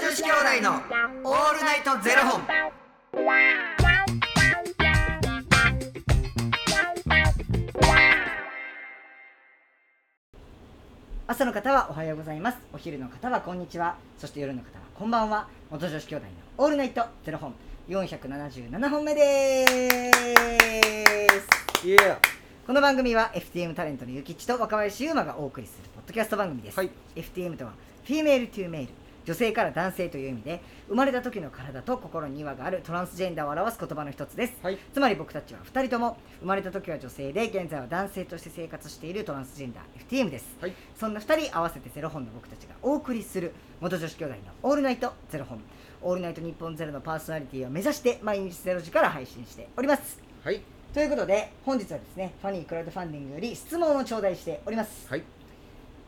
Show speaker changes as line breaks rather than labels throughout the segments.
子兄弟のオールナイトゼロ本。
朝の方はおはようございますお昼の方はこんにちはそして夜の方はこんばんは元女子兄弟のオールナイトゼロ本477本目です
いや
この番組は FTM タレントのゆきちと若林優馬がお送りするポッドキャスト番組です、
はい
FTM とはフィメールトゥーメール女性から男性という意味で生まれた時の体と心に違和があるトランスジェンダーを表す言葉の一つです、
はい
つまり僕たちは2人とも生まれた時は女性で現在は男性として生活しているトランスジェンダー FTM です、
はい
そんな2人合わせてゼロ本の僕たちがお送りする元女子兄弟の「オールナイトゼロ本」「オールナイト日本ゼロのパーソナリティを目指して毎日ゼロ時から配信しております
はい
ということで本日はですねファニークラウドファンディングより質問を頂戴しております
はい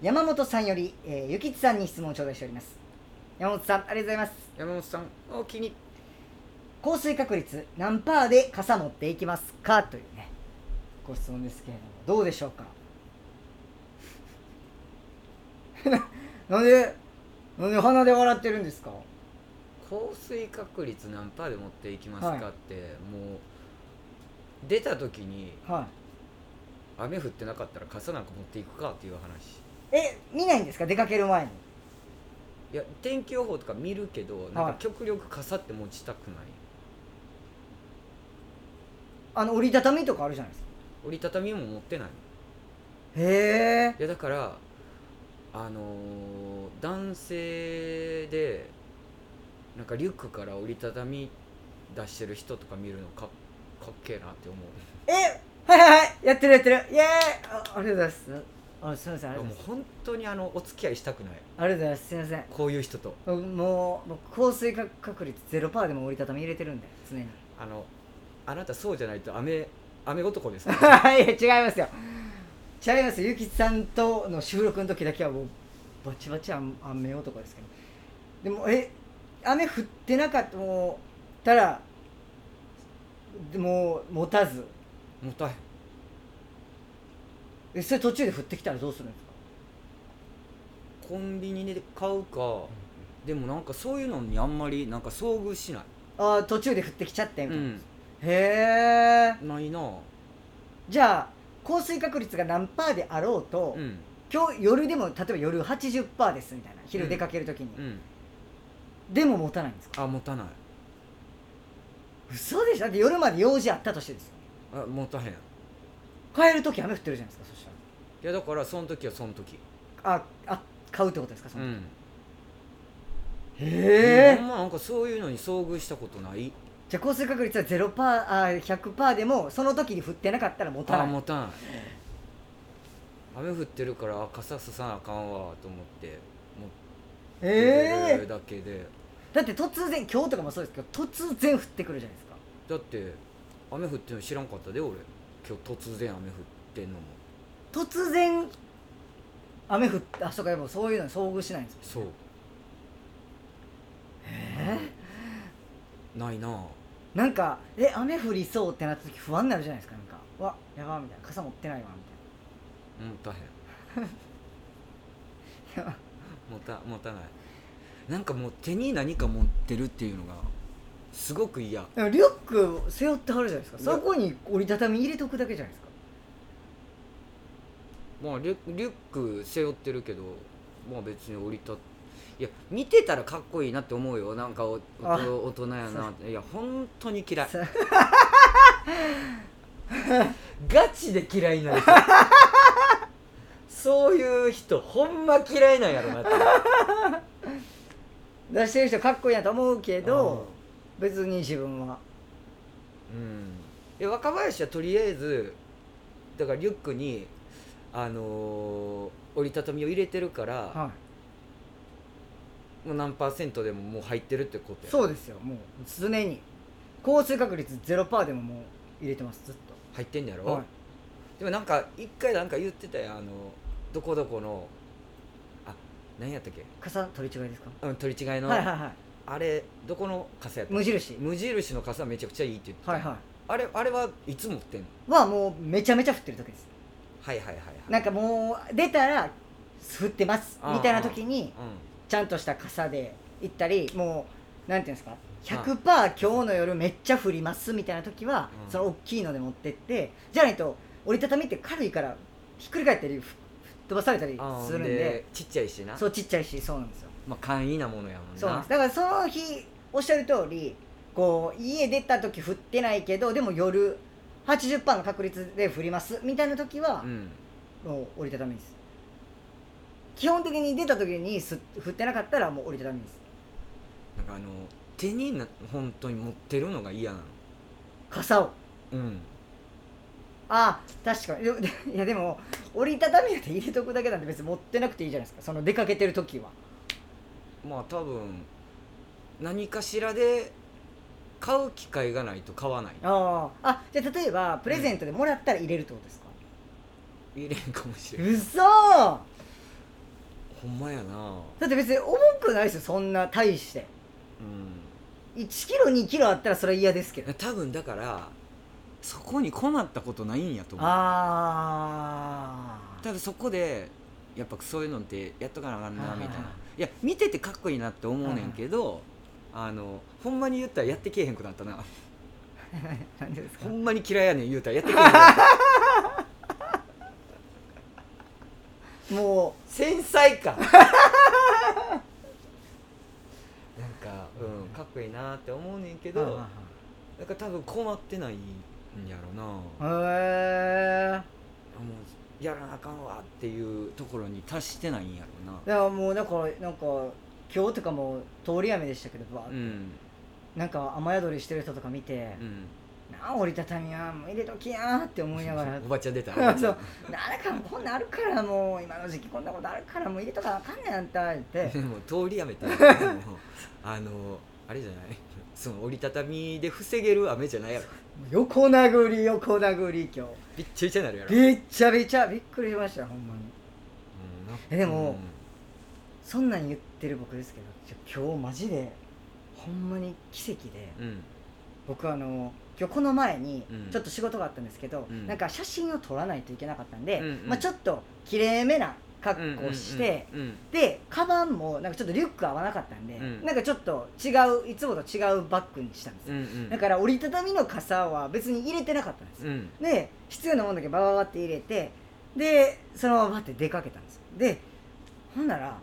山本さんより、えー、ゆきちさんに質問を頂戴しております山本さんありがとうございます
山本さんお気に
降水確率何パーで傘持っていきますかというねご質問ですけれどもどうでしょうか ななんでなんで鼻で笑ってるんですか
降水確率何パーで持っていきます
は
かって、もう出た時に
は
雨降ってなかったら傘なんか持っていくかっていう話
いえ見ないんですか出かける前に
いや天気予報とか見るけどなんか極力傘って持ちたくない、
あの折りたたみとかあるじゃないですか
折りたたみも持ってない
へ
いやだからあのー男性でなんかリュックから折りたたみ出してる人とか見るのかかっけえなって思う
ええはいはいはいやってるやってるイエーイあありがとうございますあすみませんありがとうござい
も
ま
う
す
本当にあのお付き合いしたくない
ありがとうございますすみません
こういう人と
僕もうもう降水確率ゼロパーでも折りたたみ入れてるんで常に
あのあなたそうじゃないと雨雨男ですか
はいや違いますよ違いますよゆきさんとの収録の時だけはもうバチバチあん雨男ですけどでもえ雨降ってなかったもうたらでもう持たず
もたい
えそれ途中で降ってきたらどうするんですか
コンビニで買うかでもなんかそういうのにあんまりなんか遭遇しない
ああ途中で降ってきちゃってみたいな、
ん
へえ
ないな
じゃあ降水確率が何パーであろうと、
うん
今日夜でも例えば夜80%ですみたいな
う
昼
ん
出かける時に、
うん
でも持たないんですか
あ持たない
嘘でしょだって夜まで用事あったとしてですよ
あ持たへん
帰る時雨降ってるじゃないですかそした
いやだからその時はその時
らああ買うってことですかその、
ん
へえ、
ほんまなんかそういうのに遭遇したことない
じゃあ降水確率は0%あ100%でもその時に降ってなかったら持た
あ
ない
持たない雨降ってるからあ傘ささなあかんわと思って持って
え
るだけで、
ー、だって突然今日とかもそうですけど突然降ってくるじゃないですか
だって雨降ってるの知らんかったで俺今日突然雨降ってんのも
突然雨降ってあそうかでもそういうのに遭遇しないんですよ
そう
え
ないなあ
ー、なんかえ雨降りそうってなった時不安になるじゃないですかなんかうわやばーみたいな傘持ってないわみたいな
持たへん持た持たないなんかもう手に何か持ってるっていうのがすごく嫌
でもリュック背負ってはるじゃないですか
いや
そこに折りたたみ入れとくだけじゃないですか
まあリュリュック背負ってるけどまあ別に降りたいや見てたらかっこいいなって思うよなんかおお
あ
と大人やなっていや本当に嫌い
さ
ガチで嫌いになる人そういう人ほんま嫌いなんやろなって
出してる人かっこいいなと思うけど別に自分は
うんで若林はとりあえずだからリュックにあのー折りたたみを入れてるから、
は
もう何パーセントでももう入ってるってこと
い
や
そうですよもう常に降水確率0%でももう入れてますずっ
入ってんやろ、
とはい
でもなんか一回なんか言ってたやんあのどこどこのあ何やったっけ
傘取り違いですか
うん取り違いの、
はいはいは
あれどこの傘やっ
い
た
無印
無印の傘めちゃくちゃいいって言ってた
はいは
あれあれはいつ持ってんの
いはもうめちゃめちゃ降ってる時です
はいはいはい
なんかもう出たら降ってますみたいな時に
はい
ちゃんとした傘で行ったりもうなんていうんですか100%今日の夜めっちゃ降りますみたいな時は、
うん
その大きいので持ってってじゃないと折りたたみって軽いからひっくり返ったりふ吹っ飛ばされたり
あー
するんで
ちっちゃいしな
そうちっちゃいしそうなんですよ
まあ簡易なものやもんな
そうなんですだからその日おっしゃる通りこう家出た時降ってないけどでも夜80%の確率で降りますみたいな時は、
うん
もう折りたたみです基本的に出た時にす振ってなかったらもう折りたたみです
なんかあの手にな本当に持ってるのが嫌なの
傘を
うん
ああ確かにででいやでも 折りたたみなんて入れとくだけなんて別に持ってなくていいじゃないですかその出かけてる時は
まあ多分何かしらで買う機会がないと買わない
あああじゃあ例えばプレゼントでもらったら入れるってことですか、
入れんかもし
う
れん
そ
ほんまやな
だって別に重くないですよそんな大して
う
1キロ2キロあったらそれは嫌ですけど
ん多分だからそこに困ったことないんやと思う
ああ
多分そこでやっぱそういうのってやっとかなあかんなみ
はいは
たいな、、
いはい
や見ててかっこいいなって思うねんけど、あのほんまに言ったらやってけえへんくなったな
何でですか
ほんまに嫌いや ねん言うたらやってけえへんくなった
も
繊細か なんか、うん、かっこいいなって思うねんけ
う
ど、なんか多分困ってないんやろな、
へ
も
え
うやらなあかんわっていうところに達してないんやろ
いやもうだからなんか今日とかも通り雨でしたけど、ば
なうん
なんか雨宿りしてる人とか見て
う、ん
なあ折りたたみはもう入れときやーって思いながら
おばちゃん出 た
そうなあだからもうこんなんあるからもう今の時期こんなことあるからもう入れとかあかんねんあんた言って
でも通りや めてもうあのあれじゃないその折りたたみで防げる雨じゃないやろ
横殴り横殴り今
びっちゃびちゃになるや
日
ろ、
びっちゃびちゃびっくりしましたほんまに
うんな
えでもそんなん言ってる僕ですけどちょ今日マジでほんまに奇跡で
うんうん
僕あの今日この前に
うん
ちょっと仕事があったんですけど、
うん
なんか写真を撮らないといけなかったんで、
うんうん
まあ、ちょっときれいめな格好をして、
うんうん
でカバンもなんかちょっとリュック合わなかったんで、
うん
なんかちょっと違ういつもと違うバッグにしたんです
う
よ、
んうん
だから折りたたみの傘は別に入れてなかったんですよ、
うん
で必要なもんだけバババって入れてでそのままバって出かけたんですよでほんなら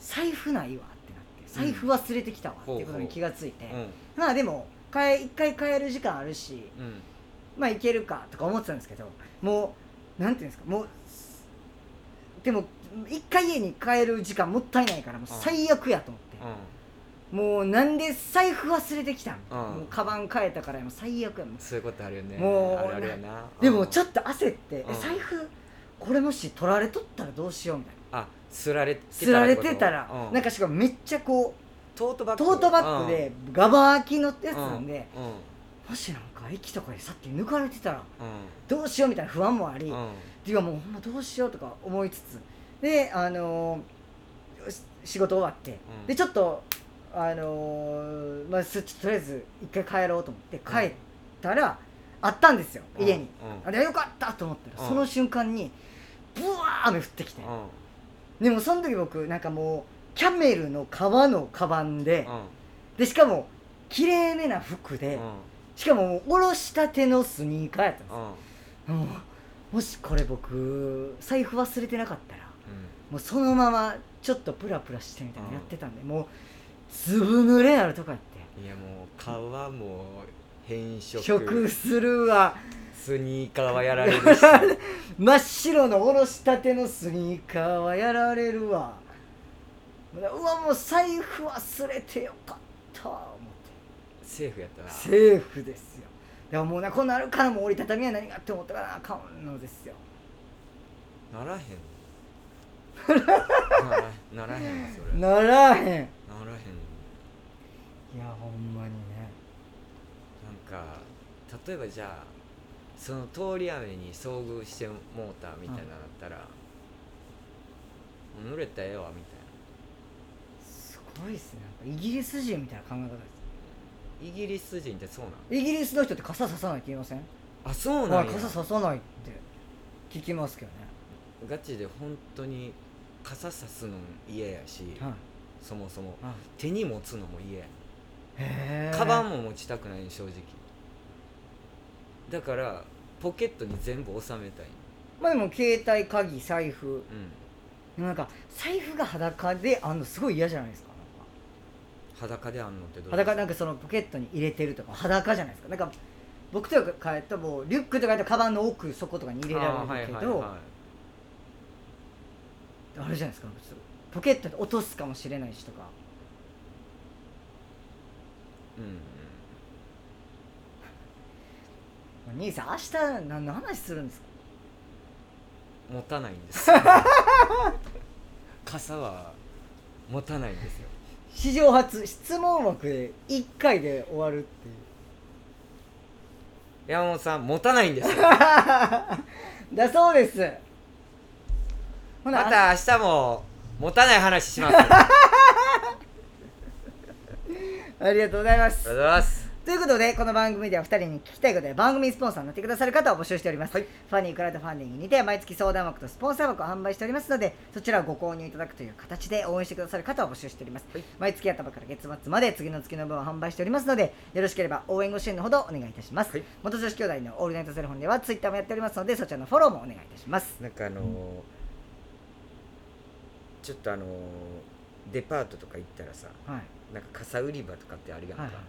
財布ないわってなって財布忘れてきたわっていうことに気がついて、
うん
まあでも買え一回買える時間あるし
うん
まあいけるかとか思ってたんですけどもうなんていうんですかもうでも一回家に帰る時間もったいないからもう最悪やと思って、もうなんで財布忘れてきたん、
うん
もうカバン変えたからもう最悪やもん
そういうことあるよね
もう
あるあるやな
でもちょ
っ
っと焦って、
うん
え財布これもし取られとったらどうしようみたいな
とあすられて
すられてたら、
う
なんかしかもめっちゃこう
トートバッ
ト
グ
ートバッグでガバ空きのやつ
うん
なんで、
うん
もしなんか駅とかでさっき抜かれてたら
う
どうしようみたいな不安もあり、
んうん
ていうかもうほんまどうしようとか思いつつであのーし仕事終わって、
うん
でちょっとあのーまあ、すとりあえず一回帰ろうと思って帰ったら、あったんですよ
うん
家に、
うん
あれよかったと思ったら、
うん
その瞬間にブワー雨降ってきて、
うん
でもその時僕なんかもうキャメルの革のカバンで,、
うん
でしかも綺麗めな服で、
うん
しかももうおろしたてのスニーカーやったんです
うん
もうもしこれ僕財布忘れてなかったら
うん
もうそのままちょっとプラプラしてみたいな
うん
やってたんで、もうずぶ濡れあるとかやっ
いやもう顔はもう変
て
色
食するわ
スニーカーはやられるしうん
真っ白のおろしたてのスニーカーはやられるわうわもう財布忘れてよかった思っ
セーフやったな
てセーフですよでももうなこんなんあるからもう折りたたみは何かって思ったからあかんのですよ
ならへんならならへんわそれな
ならへん
らへ
い
ん
やほんまにね
なんか例えばじゃあその通り雨に遭遇してもうたみたいなのだったら、もう濡れたらええわみた
すごいですねなんかイギリス人みたいな考え方です
いなイギリス人ってそうなん
イギリスの人って傘ささないって言いません
あそうな
はい
んや
傘ささないって聞きますけどね
ガチで本当に傘さすの嫌やし、
はい
そもそも
あ
手に持つのも嫌やね
へえ
カバンも持ちたくないね正直だからポケットに全部収めたい、
まあでも携帯鍵財布
うん、
でもなんか財布が裸であんのすごい嫌じゃないですか
裸であんのってどう
裸なんかそのポケットに入れてるとか裸じゃないですかなんか僕とかやったらもうリュックとかやったらカバンの奥底とかに入れられるけどあ,、
あーはいはいはい
れじゃないですかなんかちょっとポケットで落とすかもしれないしとか
うんうん
お兄さん明日何の話するんですか
持たないんです 傘は持たないんですよ
史上初質問枠で1回で終わるっていう
山本さん持たないんですよ
だそうですほな
また明日も持たない話しますありが
ありがとうございま
とう
す
ございます
ということでこの番組では2人に聞きたいことや番組スポンサーになってくださる方を募集しております、
はい
ファニークラウドファンディングにて毎月相談枠とスポンサー枠を販売しておりますのでそちらをご購入いただくという形で応援してくださる方を募集しております、
はい
毎月頭から月末まで次の月の分を販売しておりますのでよろしければ応援ご支援のほどお願いいたします、
はい
元女子兄弟のオールナイトセレフォンではツイッターもやっておりますのでそちらのフォローもお願いいたします
なんかあのーちょっとあのーデパートとか行ったらさ
はい
なんか傘売り場とかってあるやんか、
はいはい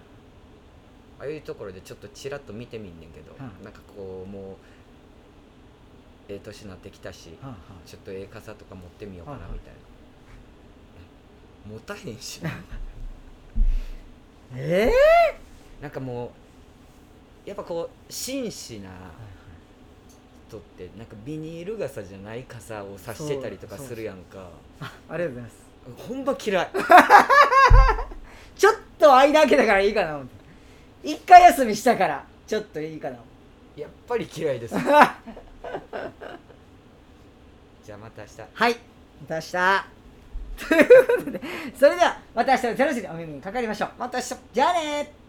ああいうところでちょっとちらっと見てみんねんけど、
はい
なんかこうもうええ年になってきたし、
はいはい
ちょっとええ傘とか持ってみようかな
はい
みたいな、持たへんし
え
なんかもうやっぱこう紳士
え
な人ってなんかビニール傘じゃない傘を差してたりとか
そう
するやんか
ありがとうございます
ほんま嫌い
ちょっと間開けたからいいかな思って一回休みしたからちょっといいかな思って
やっぱり嫌いですじゃあまた明日
はいまた明日ということでそれではまた明日の楽しみにお耳にかかりましょうまた明日じゃあねー